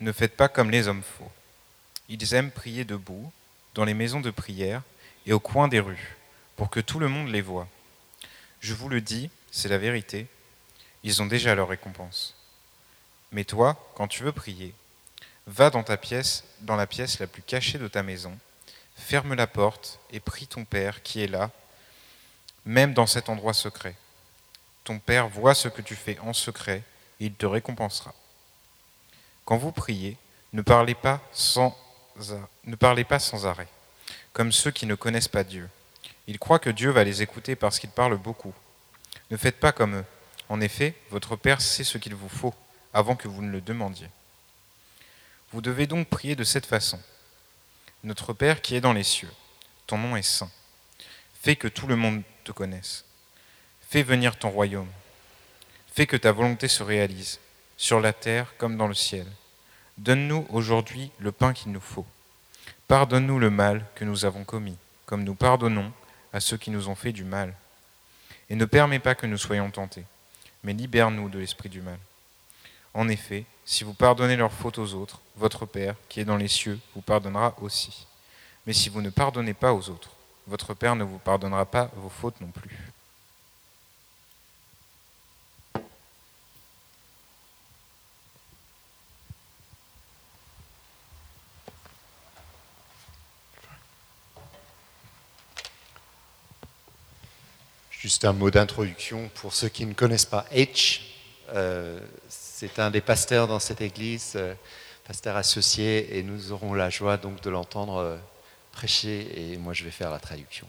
Ne faites pas comme les hommes faux. Ils aiment prier debout, dans les maisons de prière et au coin des rues, pour que tout le monde les voie. Je vous le dis, c'est la vérité, ils ont déjà leur récompense. Mais toi, quand tu veux prier, va dans ta pièce, dans la pièce la plus cachée de ta maison, ferme la porte et prie ton Père qui est là, même dans cet endroit secret. Ton Père voit ce que tu fais en secret, et il te récompensera. Quand vous priez, ne parlez pas sans, ne parlez pas sans arrêt, comme ceux qui ne connaissent pas Dieu. Ils croient que Dieu va les écouter parce qu'ils parlent beaucoup. Ne faites pas comme eux. En effet, votre Père sait ce qu'il vous faut avant que vous ne le demandiez. Vous devez donc prier de cette façon. Notre Père qui est dans les cieux, ton nom est saint. Fais que tout le monde te connaisse. Fais venir ton royaume. Fais que ta volonté se réalise, sur la terre comme dans le ciel. Donne-nous aujourd'hui le pain qu'il nous faut. Pardonne-nous le mal que nous avons commis, comme nous pardonnons à ceux qui nous ont fait du mal. Et ne permets pas que nous soyons tentés, mais libère-nous de l'esprit du mal. En effet, si vous pardonnez leurs fautes aux autres, votre Père, qui est dans les cieux, vous pardonnera aussi. Mais si vous ne pardonnez pas aux autres, votre Père ne vous pardonnera pas vos fautes non plus. Juste un mot d'introduction pour ceux qui ne connaissent pas H. Euh, c'est un des pasteurs dans cette église, euh, pasteur associé, et nous aurons la joie donc de l'entendre euh, prêcher, et moi je vais faire la traduction.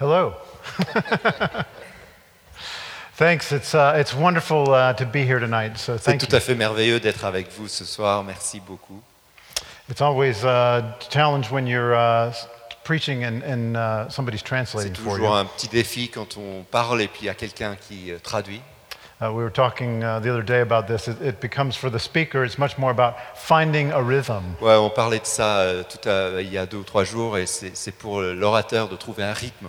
Hello. Thanks. It's, uh, it's wonderful uh, to be here tonight. So C'est thank tout à you. fait merveilleux d'être avec vous ce soir, merci beaucoup. It's always uh, a challenge when you're uh, s- preaching and, and uh, somebody's C'est translating for you. toujours un petit défi quand on parle et puis il y a quelqu'un qui euh, traduit. Uh, we were talking uh, the other day about this. It, it becomes for the speaker, it's much more about finding a rhythm. Ouais, on parlait de ça euh, tout à- il y a deux ou trois jours, et c'est c'est pour euh, l'orateur de trouver un rythme.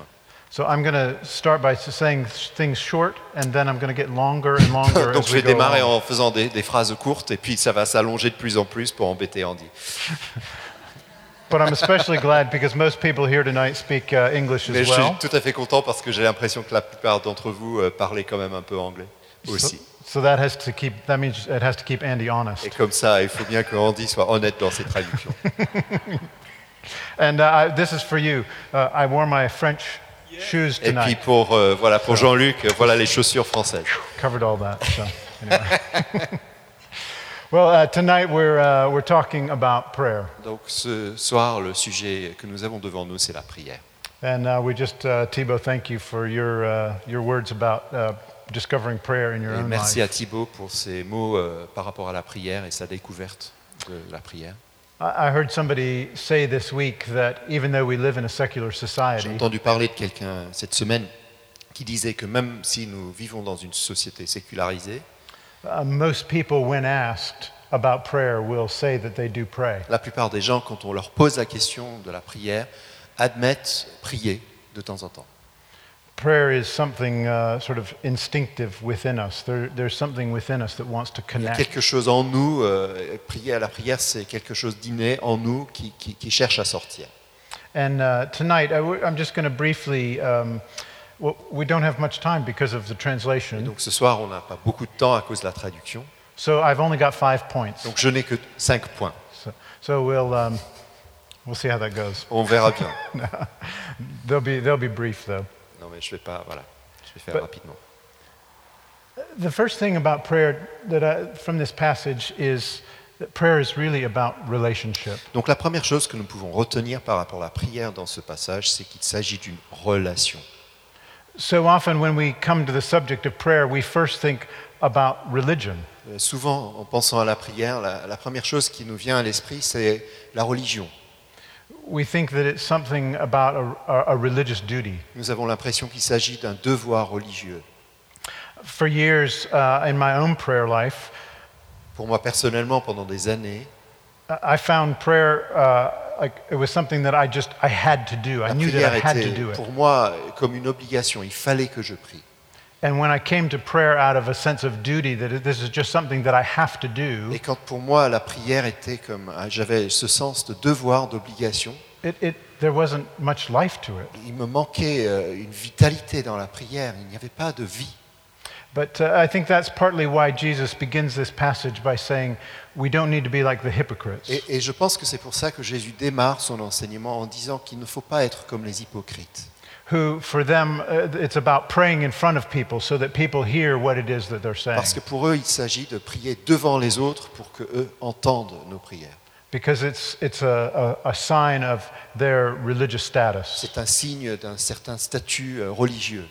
So I'm going to start by s- saying s- things short, and then I'm going to get longer and longer Donc as je we vais go démarrer along. en faisant des, des phrases courtes et puis ça va s'allonger de plus en plus pour embêter Andy. But I'm especially glad because most people here tonight speak uh, English Mais as je suis well. tout à fait content parce que j'ai l'impression que la plupart d'entre vous euh, parlez quand même un peu anglais So, aussi. so that has to keep. That means it has to keep Andy honest. Et comme ça, il faut bien que Andy soit honnête dans ses traductions. And uh, I, this is for you. Uh, I wore my French shoes Et puis tonight. pour, euh, voilà, pour Jean-Luc, euh, voilà les chaussures françaises. Covered all that. So anyway. well, uh, tonight we're uh, we're talking about prayer, Donc ce soir, le sujet que nous avons devant nous, c'est la prière. and uh, we just uh, Tebow, thank you for your uh, your words about uh, discovering prayer in your Et own merci life. à Thibaut pour ses mots euh, par rapport à la prière et sa découverte de la prière. I I heard somebody say this week that even though we live in a secular J'ai society, entendu parler de quelqu'un cette semaine qui disait que même si nous vivons dans une société sécularisée, uh, most people, when asked about prayer, will say that they do pray. la plupart des gens, quand on leur pose la question de la prière, admettent prier de temps en temps. Prayer is something uh, sort of instinctive within us. There, there's something within us that wants to Il y a connect. quelque chose en nous, euh, prier à la prière, c'est quelque chose d'inné en nous qui, qui- qui cherche à sortir. And uh, tonight, i w- I'm just going to briefly. Um, well, we don't have much time because of the translation, Donc ce soir, on n'a pas beaucoup de temps à cause de la traduction. so I've only got five points. Donc je n'ai que cinq points. So, so we'll um, we'll see how that goes. On verra bien. They'll be they'll be brief though. Non mais je vais pas, voilà, je vais faire Bah- rapidement. The first thing about prayer that I, from this passage is that prayer is really about relationship. Donc la première chose que nous pouvons retenir par rapport à la prière dans ce passage, c'est qu'il s'agit d'une relation. So often, when we come to the subject of prayer, we first think about religion. Euh, souvent, en pensant à la prière, la, la première chose qui nous vient à l'esprit, c'est la religion. We think that it's something about a, a, a religious duty. Nous avons l'impression qu'il s'agit d'un devoir religieux. For years uh, in my own prayer life, Pour moi personnellement, pendant des années, I I found prayer uh, like it was something that I just I had to do. I la knew that prière I had to était euh, do it, pour moi comme une obligation. Il fallait que je prie. And when I came to prayer out of a sense of duty, that it- this is just something that I have to do, Et quand pour moi la prière était comme ah, j'avais ce sens de devoir, d'obligation, it, it, there wasn't much life to it. il me manquait euh, une vitalité dans la prière. Il n'y avait pas de vie. But uh, I think that's partly why Jesus begins this passage by saying, We don't need to be like the hypocrites. Et, et je pense que c'est pour ça que Jésus démarre son enseignement en disant qu'il ne faut pas être comme les hypocrites. who for them uh, it's about praying in front of people so that people hear what it is that they're saying Parce que pour eux, il s'agit de prier devant les autres pour que eux entendent nos prières. because it's, it's a, a, a sign of their religious status C'est un signe d'un certain statut euh, religieux.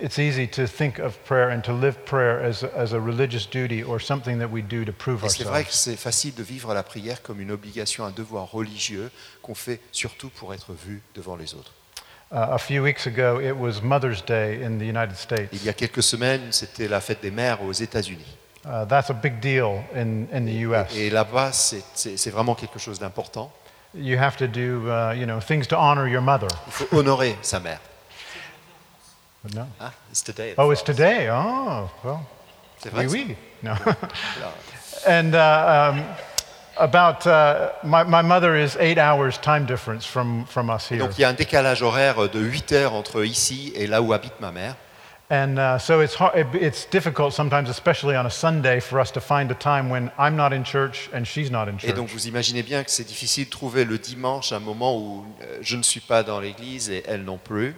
it's easy to think of prayer and to live prayer as, a- as a religious duty or something that we do to prove Et c'est vrai que ourselves c'est facile de vivre la prière comme une obligation, un devoir religieux qu'on fait surtout pour être vu devant les autres. uh, a few weeks ago it was mother's day in the united Il states y a quelques semaines, c'était la fête des mères aux États-Unis. uh, that's a big deal in, in the us Et là-bas, c'est- c'est c'est vraiment quelque chose d'important. you have to do uh, you know things to honor your mother Il faut honorer sa mère. But no. Hein It's today. oh it's today oh well C'est vrai, Oui, ça oui. No. and uh, um, about uh, my, my mother is eight hours time difference from, from us here. Donc il y a un décalage horaire de 8 heures entre ici et là où habite ma mère. And uh, so it's, hard, it, it's difficult sometimes, especially on a Sunday, for us to find a time when I'm not in church and she's not in Et church. donc vous imaginez bien que c'est difficile de trouver le dimanche un moment où euh, je ne suis pas dans l'église et elle non plus.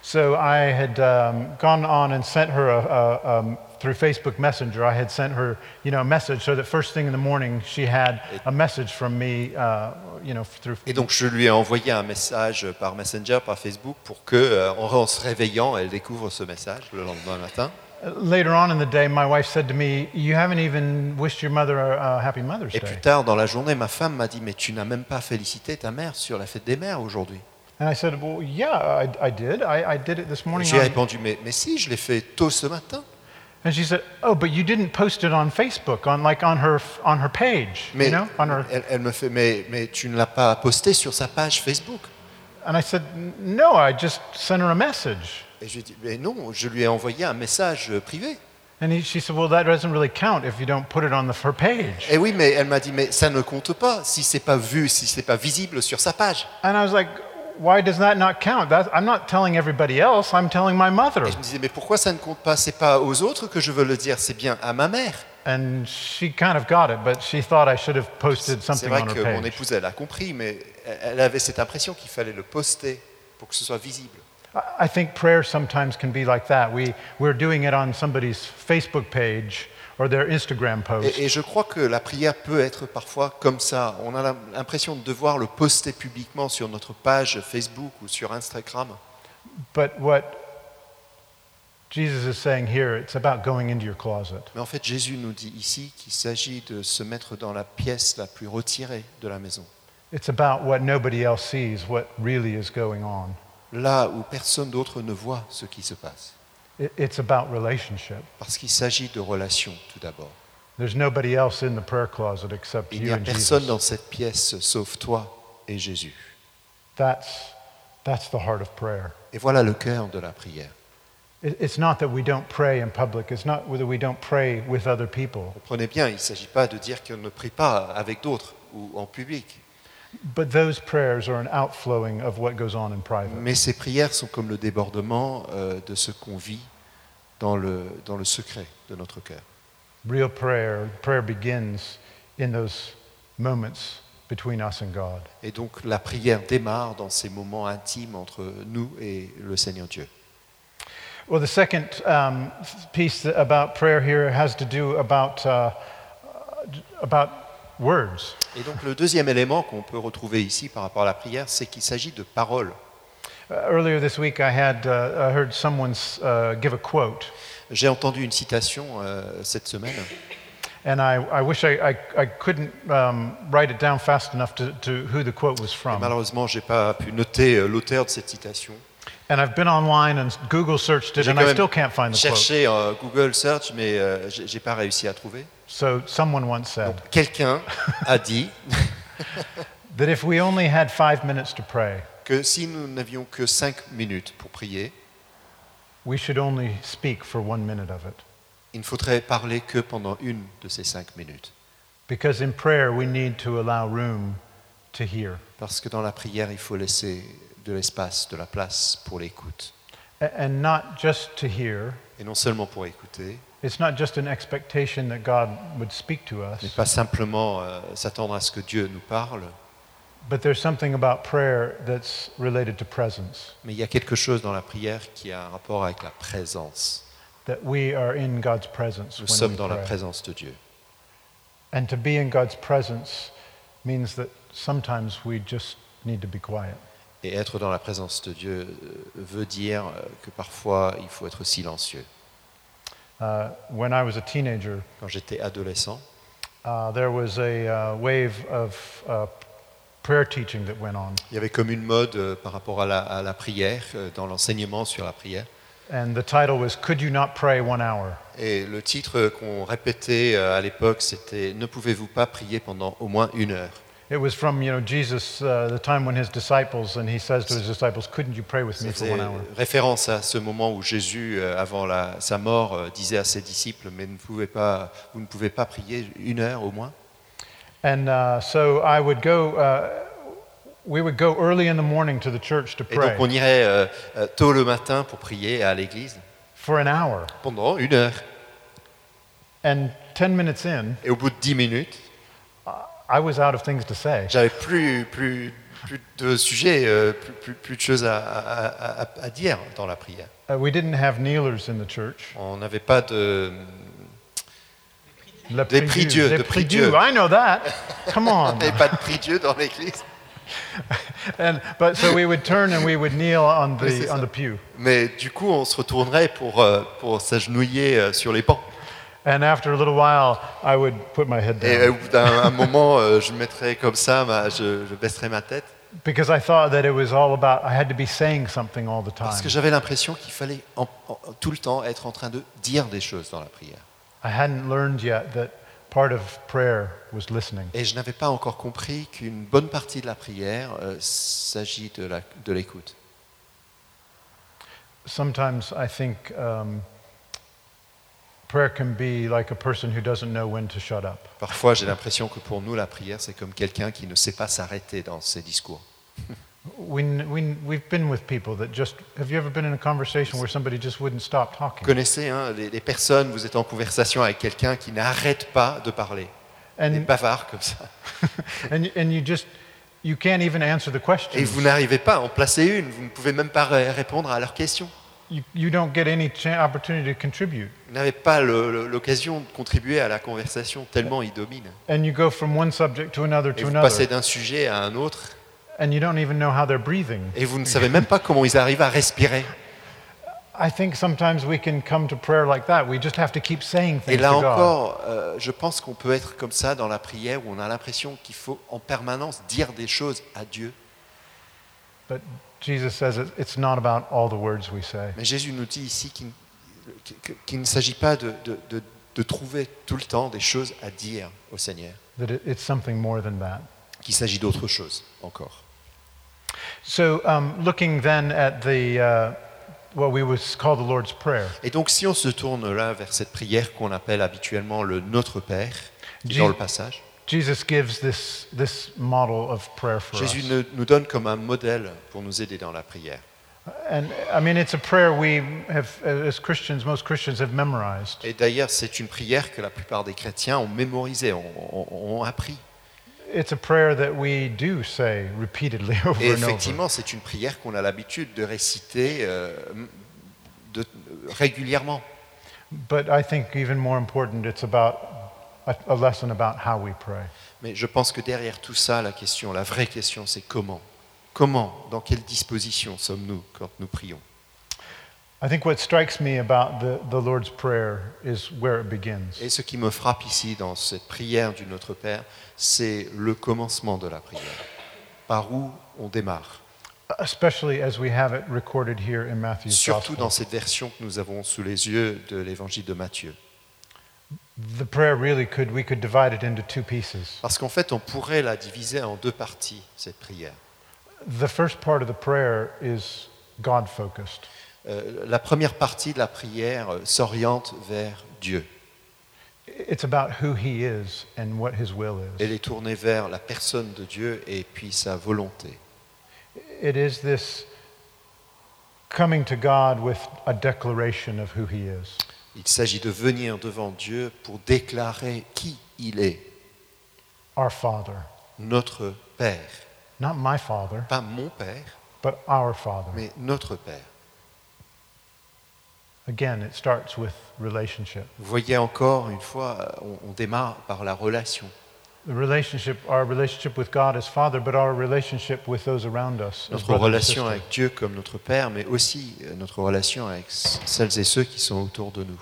So I had um, gone on and sent her a, a, um, through Facebook Messenger. I had sent her, you know, a message so that first thing in the morning she had a message from me, uh, you know, through. Et donc je lui ai envoyé un message par Messenger, par Facebook, pour que, euh, en, en se réveillant, elle découvre ce message le lendemain matin. Later on in the day, my wife said to me, "You haven't even wished your mother a, a happy Mother's Et plus Day." tard dans la journée, ma femme m'a dit mais tu n'as même pas félicité ta mère sur la fête des mères aujourd'hui. And I said, "Well, yeah, I, I did. I, I did it this morning." J'ai on-" répondu mais, mais si, je l'ai fait tôt ce matin. And she said, "Oh, but you didn't post it on Facebook, on like on her on her page, Mais you know, on her." elle, elle me fait mais, mais tu ne l'as pas posté sur sa page Facebook. And I said, "No, I just sent her a message." Et je lui ai dit mais non, je lui ai envoyé un message privé. And he, she said, "Well, that doesn't really count if you don't put it on the, her page." Et oui, mais elle m'a dit, mais ça ne compte pas si c'est pas vu, si c'est pas visible sur sa page. And I was like, "Why does that not count? That, I'm not telling everybody else. I'm telling my mother." Et je me disais, mais pourquoi ça ne compte pas C'est pas aux autres que je veux le dire, c'est bien à ma mère. And she kind of got it, but she thought I should have posted C'est something vrai on que her mon page. épouse, elle a compris, mais elle avait cette impression qu'il fallait le poster pour que ce soit visible. I- I think prayer sometimes can be like that. We, we're doing it on somebody's Facebook page or their Instagram post. Et, et je crois que la prière peut être parfois comme ça. On a la- l'impression de devoir le poster publiquement sur notre page Facebook ou sur Instagram. But what Jesus is saying here, it's about going into your closet. Mais en fait, Jésus nous dit ici qu'il s'agit de se mettre dans la pièce la plus retirée de la maison. It's about what nobody else sees, what really is going on. là où personne d'autre ne voit ce qui se passe. It, it's about relationship. Parce qu'il s'agit de relations tout d'abord. There's nobody else in the prayer closet except Il you n'y a and personne Jesus. dans cette pièce sauf toi et Jésus. That's, that's the heart of prayer. Et voilà le cœur de la prière. It, it's not that we don't pray in public. It's not whether we don't pray with other people. Comprenez bien, il ne s'agit pas de dire qu'on ne prie pas avec d'autres ou en public. But those prayers are an outflowing of what goes on in private. Mais ces prières sont comme le débordement euh, de ce qu'on vit dans le, dans le secret de notre cœur. Real prayer, prayer begins in those moments between us and God. Et donc la prière démarre dans ces moments intimes entre nous et le Seigneur Dieu. Well, the second um, piece that- about prayer here has to do about, uh, about words. Et donc le deuxième élément qu'on peut retrouver ici par rapport à la prière, c'est qu'il s'agit de paroles. Uh, earlier this week, I had uh, I heard someone uh, give a quote, J'ai entendu une citation euh, cette semaine and I, I wish I, I, I couldn't um, write it down fast enough to, to who the quote was et from. malheureusement, j'ai pas pu noter euh, l'auteur de cette citation. And I've been online and Google searched it, J'ai and quand I même still can't find the quote. cherché euh, Google Search, mais euh, j'ai j'ai pas réussi à trouver. So someone once said Quelqu'un a dit that if we only had five minutes to pray, que si nous n'avions que cinq minutes pour prier, we should only speak for one minute of it. Il ne faudrait parler que pendant une de ces cinq minutes. Because in prayer, we need to allow room to hear. Parce que dans la prière, il faut laisser de l'espace, de la place pour l'écoute. A- And not just to hear, Et non seulement pour écouter, it's not just an expectation that God would speak to mais us, pas simplement euh, s'attendre à ce que Dieu nous parle, but there's something about prayer that's related to presence, mais il y a quelque chose dans la prière qui a un rapport avec la présence. that we are in God's presence Nous when sommes we dans la pray. présence de Dieu. And to be in God's presence means that sometimes we just need to be quiet. Et être dans la présence de Dieu euh, veut dire euh, que parfois il faut être silencieux. Uh, when I was a teenager, Quand j'étais adolescent, uh, there was a uh, wave of uh, prayer teaching that went on. il y avait comme une mode euh, par rapport à la, à la prière, euh, dans l'enseignement sur la prière. And the title was Could You Not Pray One Hour? Et le titre euh, qu'on répétait euh, à l'époque, c'était Ne pouvez-vous pas prier pendant au moins une heure It was from, you know, Jesus, uh, the time when his disciples, and he says to his disciples, Couldn't you pray with me Ça for faisait one hour? référence à ce moment où Jésus, euh, avant la- sa mort, euh, disait à ses disciples Mais ne pouvez pas, vous ne pouvez pas prier une heure au moins And uh, so I would go, uh, we would go early in the morning to the church to Et donc pray on irait euh, euh, tôt le matin pour prier à l'église for an hour. pendant une heure. And 10 minutes in, Et au bout de dix minutes, I was out of things to say. j'avais plus, plus, plus de sujets, euh, plus, plus- plus de choses à, à- à- à- à dire dans la prière. Uh, we didn't have kneelers in the church. On n'avait pas de. Le Des prie Dieu, des des prie prie Dieu. Dieu. I know that. Come On on. n'avait pas de prix Dieu dans l'église. and, but so we would turn and we would kneel on Oui, c'est the, on ça. the pew. Mais du coup, on se retournerait pour, euh, pour s'agenouiller euh, sur les bancs. And after a little while, I would put my head Et down euh, au bout d'un un moment, euh, je me mettrais comme ça, ma- je, je baisserais ma tête. because I thought that it was all about, I had to be saying something all the Parce que time. j'avais l'impression qu'il fallait en- en- tout le temps être en train de dire des choses dans la prière. I hadn't learned yet that part of prayer was listening. Et je n'avais pas encore compris qu'une bonne partie de la prière euh, s'agit de la- de l'écoute. Sometimes I think um, prayer can be like a person who doesn't know when to shut up. Parfois, j'ai l'impression que pour nous, la prière, c'est comme quelqu'un qui ne sait pas s'arrêter dans ses discours. We, we, we've been with people that just, have you ever been in a conversation where somebody just wouldn't stop Vous talking? connaissez hein, les, les personnes, vous êtes en conversation avec quelqu'un qui n'arrête pas de parler. Il est And, bavard comme ça. and, and you just, you can't even answer the Et question. vous n'arrivez pas à en placer une, vous ne pouvez même pas ré- répondre à leurs questions. You, you don't get any chan opportunity to contribute. Vous n'avez pas le- le- l'occasion de contribuer à la conversation tellement ils dominent. And you go from one subject to another Et to vous passez another. d'un sujet à un autre And you don't even know how they're breathing. et vous ne savez même pas comment ils arrivent à respirer. I think sometimes we can come to prayer like that. We just have to keep saying Et things là to God. encore, euh, je pense qu'on peut être comme ça dans la prière où on a l'impression qu'il faut en permanence dire des choses à Dieu. But Jesus says it, it's not about all the words we say. Mais Jésus nous dit ici qu'il qu'il- qu'il ne s'agit pas de, de- de- de trouver tout le temps des choses à dire au Seigneur, That it, it's something more than that. qu'il s'agit d'autre chose encore. So, um, looking then at the uh, what we would call the Lord's Prayer, Et donc si on se tourne là vers cette prière qu'on appelle habituellement le Notre Père, qui est Jésus- dans le passage, Jesus gives this this model of prayer for Jésus us. ne- nous donne comme un modèle pour nous aider dans la prière. And I mean, it's a prayer we have, as Christians, most Christians have memorized. Et d'ailleurs, c'est une prière que la plupart des chrétiens ont mémorisée, ont, ont- ont appris. It's a prayer that we do say repeatedly over Et and over. effectivement, c'est une prière qu'on a l'habitude de réciter euh, de- euh, régulièrement. But I think even more important, it's about a, a lesson about how we pray. Mais je pense que derrière tout ça, la question, la vraie question, c'est comment Comment Dans quelle disposition sommes-nous quand nous prions I think what strikes me about the, the Lord's Prayer is where it begins. Et ce qui me frappe ici dans cette prière du Notre Père, c'est le commencement de la prière. Par où on démarre especially as we have it recorded here in Matthew's Surtout dans Gospel. cette version que nous avons sous les yeux de l'évangile de Matthieu. The prayer really could, we could divide it into two pieces. Parce qu'en fait, on pourrait la diviser en deux parties, cette prière. The first part of the prayer is God focused. euh, la première partie de la prière euh, s'oriente vers Dieu. It's about who He is and what His will is. Elle est tournée vers la personne de Dieu et puis sa volonté. It is this coming to God with a declaration of who He is. Il s'agit de venir devant Dieu pour déclarer qui il est, Our Father. notre Père. Not my Father, Pas mon Père, but our Father. mais notre Père. Again, it starts with relationship. Vous voyez encore une fois, on, on démarre par la relation. The relationship, our relationship with God as Father, but our relationship with those around us. as Notre brothers and relation sisters. avec Dieu comme notre Père, mais aussi euh, notre relation avec c- celles et ceux qui sont autour de nous.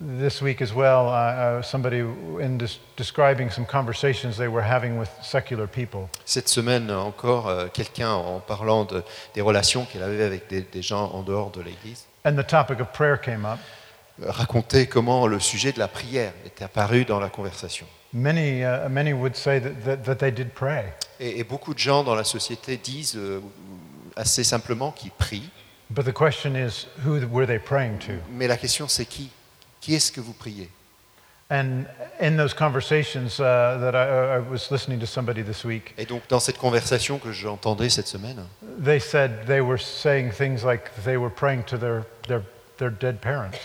This week as well, uh, uh, somebody in des- describing some conversations they were having with secular people, Cette semaine encore, euh, quelqu'un en parlant de- des relations qu'elle avait avec des, des gens en dehors de l'Église, and the topic of prayer came up. euh, racontait comment le sujet de la prière est apparu dans la conversation. Many, uh, many would say that, that, that they did pray, Et, et beaucoup de gens dans la société disent euh, assez simplement qu'ils prient, but the question is, who were they praying to? mais la question c'est qui Qui est-ce que vous priez And in those conversations uh, that I, I was listening to somebody this week, Et donc dans cette conversation que j'entendais cette semaine, they said they were saying things like they were praying to their, their, their dead parents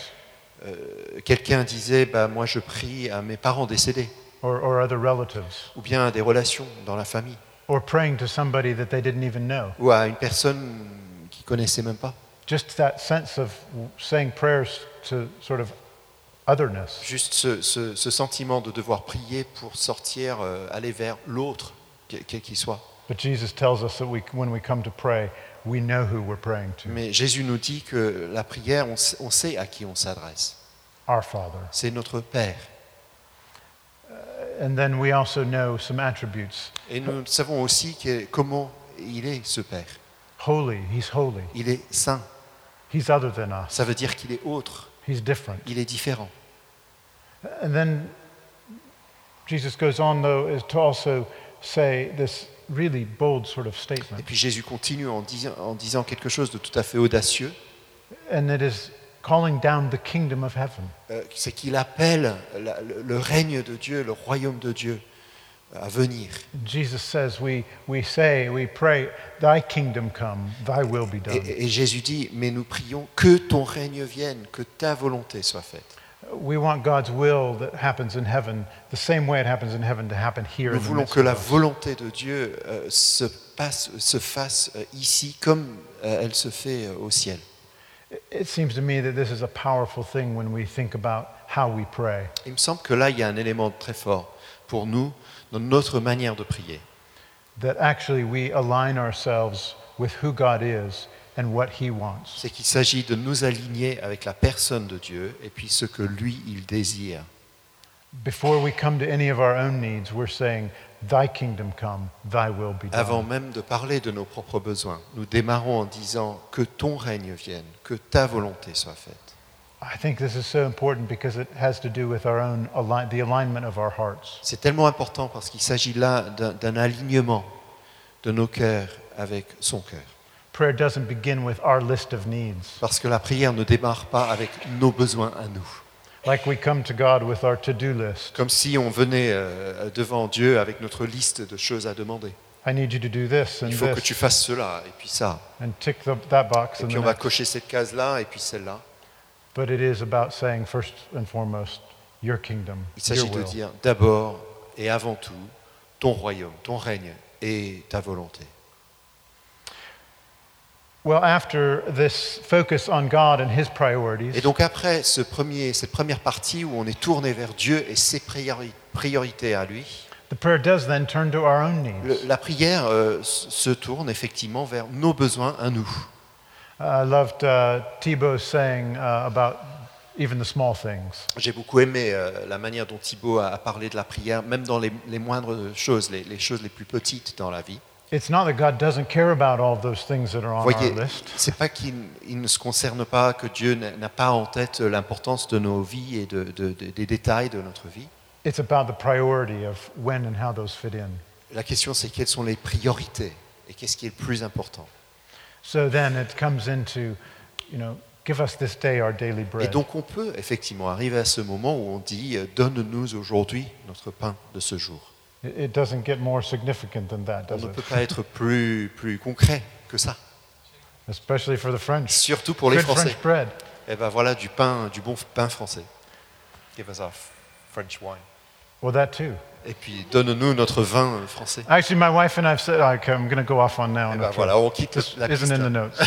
euh, quelqu'un disait bah, Moi je prie à mes parents décédés, or, or other relatives, ou bien à des relations dans la famille, or praying to somebody that they didn't even know. ou à une personne qu'ils connaissaient même pas. Just that sense of saying prayers to sort of otherness. Juste ce, ce- ce sentiment de devoir prier pour sortir, euh, aller vers l'autre, quel quel qu'il soit. But Jesus tells us that we, when we come to pray, we know who we're praying to Mais Jésus nous dit que la prière, on sait- on sait à qui on s'adresse. our Father. C'est notre Père. And then we also know some attributes. Et nous savons aussi que- comment il est ce Père. Holy, He's holy. Il est saint. He's other than us, Ça veut dire qu'il est autre. He's different. Il est différent. And then Jesus goes on, though, is to also say this really bold sort of Et statement. puis Jésus continue en disant, en disant quelque chose de tout à fait audacieux. And it is calling down the kingdom of heaven. euh, C'est qu'il appelle la- le le règne de Dieu, le royaume de Dieu à venir. Jesus says, we, we say, we pray, Thy kingdom come, Thy will be Et, done. et Jésus dit, mais nous prions que ton règne vienne, que ta volonté soit faite. We want God's will that happens in heaven, the same way it happens in heaven, to happen here Nous in the voulons midst que of la us. volonté de Dieu euh, se, passe, se fasse euh, ici comme euh, elle se fait euh, au ciel. It seems to me that this is a powerful thing when we think about how we pray. Il me semble que là, il y a un élément très fort pour nous dans notre manière de prier. That actually we align ourselves with who God is and what He wants. C'est qu'il s'agit de nous aligner avec la personne de Dieu et puis ce que lui, il désire. Before we come to any of our own needs, we're saying, Thy kingdom come, Thy will be done. Avant même de parler de nos propres besoins, nous démarrons en disant que ton règne vienne, que ta volonté soit faite. I think this is so important because it has to do with our own align- the alignment of our hearts. C'est tellement important parce qu'il s'agit là d'un d'un alignement de nos cœurs avec son cœur. Prayer doesn't begin with our list of needs. Parce que la prière ne démarre pas avec nos besoins à nous. Like we come to God with our to-do list. Comme si on venait euh, devant Dieu avec notre liste de choses à demander. I need you to do this and Il faut que this tu fasses cela et puis ça. and tick the, that box Et and puis the on va next. cocher cette case-là et puis celle-là. But it is about saying first and foremost, your kingdom, Il your s'agit de will. dire d'abord et avant tout ton royaume, ton règne et ta volonté. Well, after this focus on God and His priorities, Et donc après ce premier, cette première partie où on est tourné vers Dieu et ses priori- priorités à lui, the prayer does then turn to our own needs. le- la prière euh, s- se tourne effectivement vers nos besoins à nous. I loved uh, Tebow's saying uh, about even the small things. J'ai beaucoup aimé euh, la manière dont Thibaut a, a parlé de la prière, même dans les, les moindres choses, les, les choses les plus petites dans la vie. It's not that God doesn't care about all of those things that are on our Voyez, list. c'est pas qu'il il ne se concerne pas, que Dieu n'a n'a pas en tête l'importance de nos vies et de- de- de- des détails de notre vie. It's about the priority of when and how those fit in. La question, c'est quelles sont les priorités et qu'est-ce qui est le plus important. So then it comes into, you know, give us this day our daily Et bread. donc on peut effectivement arriver à ce moment où on dit euh, Donne-nous aujourd'hui notre pain de ce jour. It it doesn't get more significant than that, On does ne it? peut pas être plus, plus concret que ça, Especially for the French. surtout pour les Good Français. French bread. Eh ben voilà du pain, du bon pain français. Give us our French wine. Well, that too. Et puis donne-nous notre vin euh, français. Actually, my wife and I have said, ah, okay, I'm going to go off on now. Eh ben no trouble. voilà, on quitte This la piste. isn't in the notes.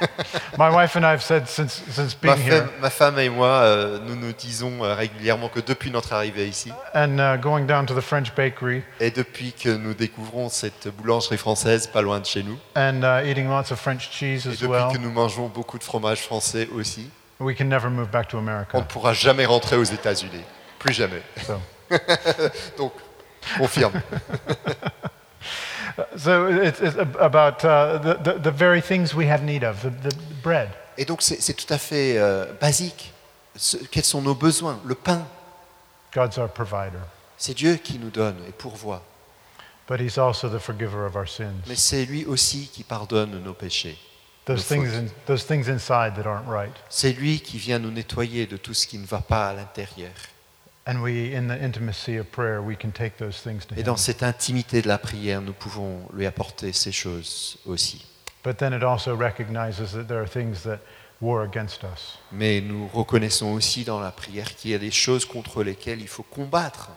my wife and I have said since, since Ma being femme, here ma femme et moi, euh, nous nous disons euh, régulièrement que depuis notre arrivée ici and uh, going down to the French bakery et depuis que nous découvrons cette boulangerie française pas loin de chez nous, and uh, eating lots of French cheese et as depuis well, que nous mangeons beaucoup de fromage français aussi, we can never move back to on ne America. pourra jamais rentrer aux États-Unis. Plus jamais. So. Donc, confirme. So it's, it's ab- about uh, the, the, the very things we have need of, the, the bread. Et donc, c'est c'est tout à fait euh, basique. Ce- quels sont nos besoins Le pain, God's our provider, c'est Dieu qui nous donne et pourvoit. but He's also the forgiver of our sins. Mais c'est lui aussi qui pardonne nos péchés. Those things, in, those things inside that aren't right. C'est lui qui vient nous nettoyer de tout ce qui ne va pas à l'intérieur. And we, in the intimacy of prayer, we can take those things to Et Him. dans cette intimité de la prière, nous pouvons lui apporter ces choses aussi. But then it also recognizes that there are things that war against us. Mais nous reconnaissons aussi dans la prière qu'il y a des choses contre lesquelles il faut combattre,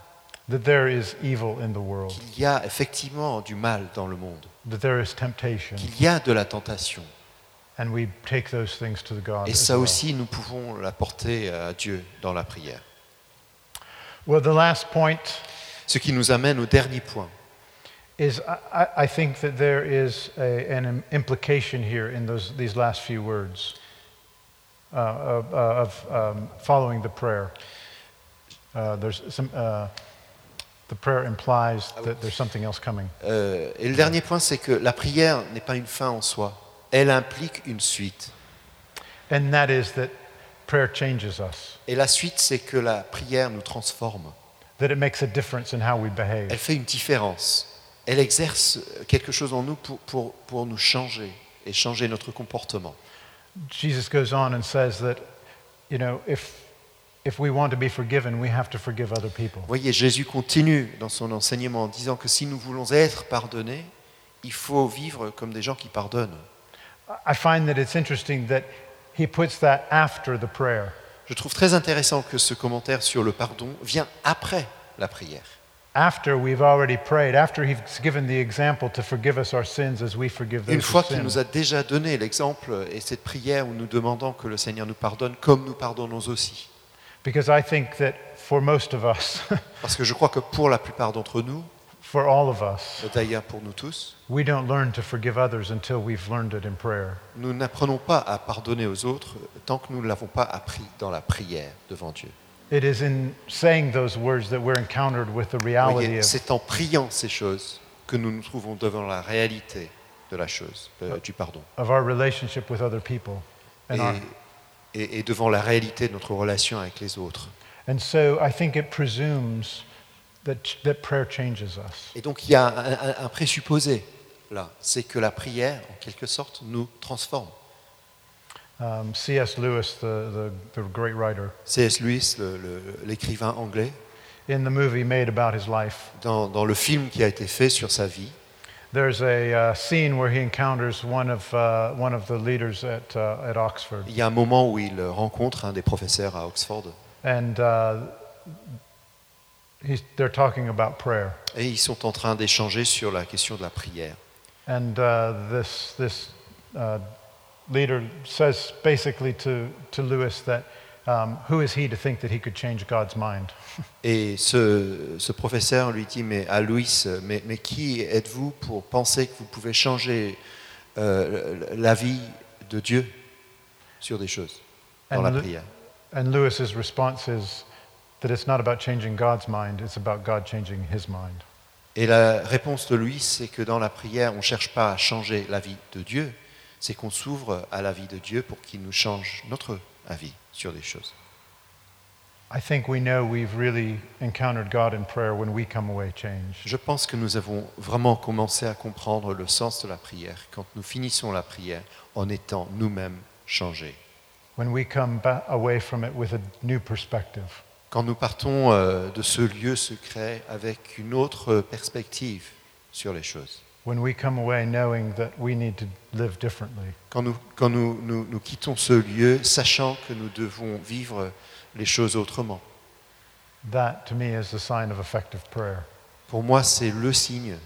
that there is evil in the world, qu'il y a effectivement du mal dans le monde, that there is temptation, qu'il y a de la tentation. and we take those things to the God. Et as ça well. aussi, nous pouvons l'apporter à Dieu dans la prière. Well, the last point Ce qui nous amène au dernier point. is I, I- I think that there is a, an im- implication here in those, these last few words uh, of, of um, following the prayer. Uh, there's some, uh, the prayer implies that there's something else coming. Euh, et le dernier point, c'est que la prière n'est pas une fin en soi. Elle implique une suite. And that is that prayer changes us, Et la suite, c'est que la prière nous transforme. that it makes a difference in how we behave. Elle fait une différence. Elle exerce quelque chose en nous pour, pour, pour nous changer et changer notre comportement. Jesus goes on and says that, you know, if, if we want to be forgiven, we have to forgive other people. Vous voyez, Jésus continue dans son enseignement en disant que si nous voulons être pardonnés, il faut vivre comme des gens qui pardonnent. I find that it's interesting that he puts that after the prayer, Je trouve très intéressant que ce commentaire sur le pardon vient après la prière. after we've already prayed, after he's given the example to forgive us our sins as we forgive those Une fois who qu'il nous sin. a déjà donné l'exemple et cette prière où nous demandons que le Seigneur nous pardonne comme nous pardonnons aussi. Because I think that for most of us, Parce que je crois que pour la plupart d'entre nous, for all of us, et d'ailleurs pour nous tous, we don't learn to forgive others until we've learned it in prayer. nous n'apprenons pas à pardonner aux autres tant que nous ne l'avons pas appris dans la prière devant Dieu. It is in saying those words that we're encountered with the Vous reality voyez, of C'est en priant ces choses que nous nous trouvons devant la réalité de la chose, euh, du pardon, of our relationship with other people et, and our, et- et devant la réalité de notre relation avec les autres. and so i think it presumes that, that prayer changes us Et donc il y a un, un- un présupposé là, c'est que la prière, en quelque sorte, nous transforme. um, cs lewis the, the, the great writer C.S. Lewis, le- le- l'écrivain anglais, in the movie made about his life dans, dans le film qui a été fait sur sa vie, there's a uh, scene where he encounters one of, uh, one of the leaders at, uh, at oxford il y a un moment où il rencontre un des professeurs à Oxford and uh, he's, they're talking about prayer et ils sont en train d'échanger sur la question de la prière. and uh, this, this uh, leader says basically to, to lewis that um, who is he to think that he could change god's mind Et ce, ce professeur lui dit, mais à Louis, mais, mais qui êtes-vous pour penser que vous pouvez changer euh, la vie de Dieu sur des choses dans And la le- prière And Lewis's response is that it's not about changing God's mind, it's about God changing his mind. Et la réponse de Louis, c'est que dans la prière, on ne cherche pas à changer la vie de Dieu, c'est qu'on s'ouvre à la vie de Dieu pour qu'il nous change notre avis sur des choses. I think we know we've really encountered God in prayer when we come away changed. Je pense que nous avons vraiment commencé à comprendre le sens de la prière quand nous finissons la prière en étant nous-mêmes changés. When we come ba- away from it with a new perspective. Quand nous partons euh, de ce lieu secret avec une autre perspective sur les choses. When we come away knowing that we need to live differently. Quand nous, quand nous- nous- nous quittons ce lieu sachant que nous devons vivre les choses autrement. That to me is the sign of effective prayer. Pour moi, c'est le signe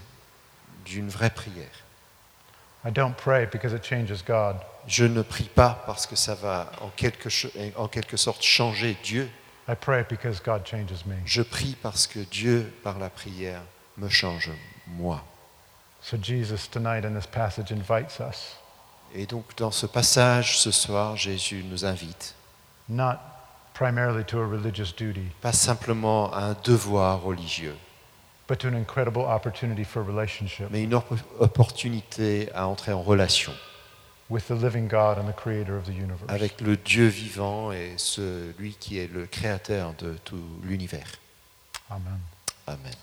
d'une vraie prière. I don't pray because it changes God. Je ne prie pas parce que ça va en quelque, cho- en quelque sorte changer Dieu. I pray because God changes me. Je prie parce que Dieu, par la prière, me change moi. So Jesus tonight in this passage invites us Et donc dans ce passage ce soir, Jésus nous invite, not primarily to a religious duty, pas simplement à un devoir religieux, but to an incredible opportunity for relationship mais une op- opportunité à entrer en relation with the living God and the creator of the universe. avec le Dieu vivant et celui qui est le créateur de tout l'univers. Amen. Amen.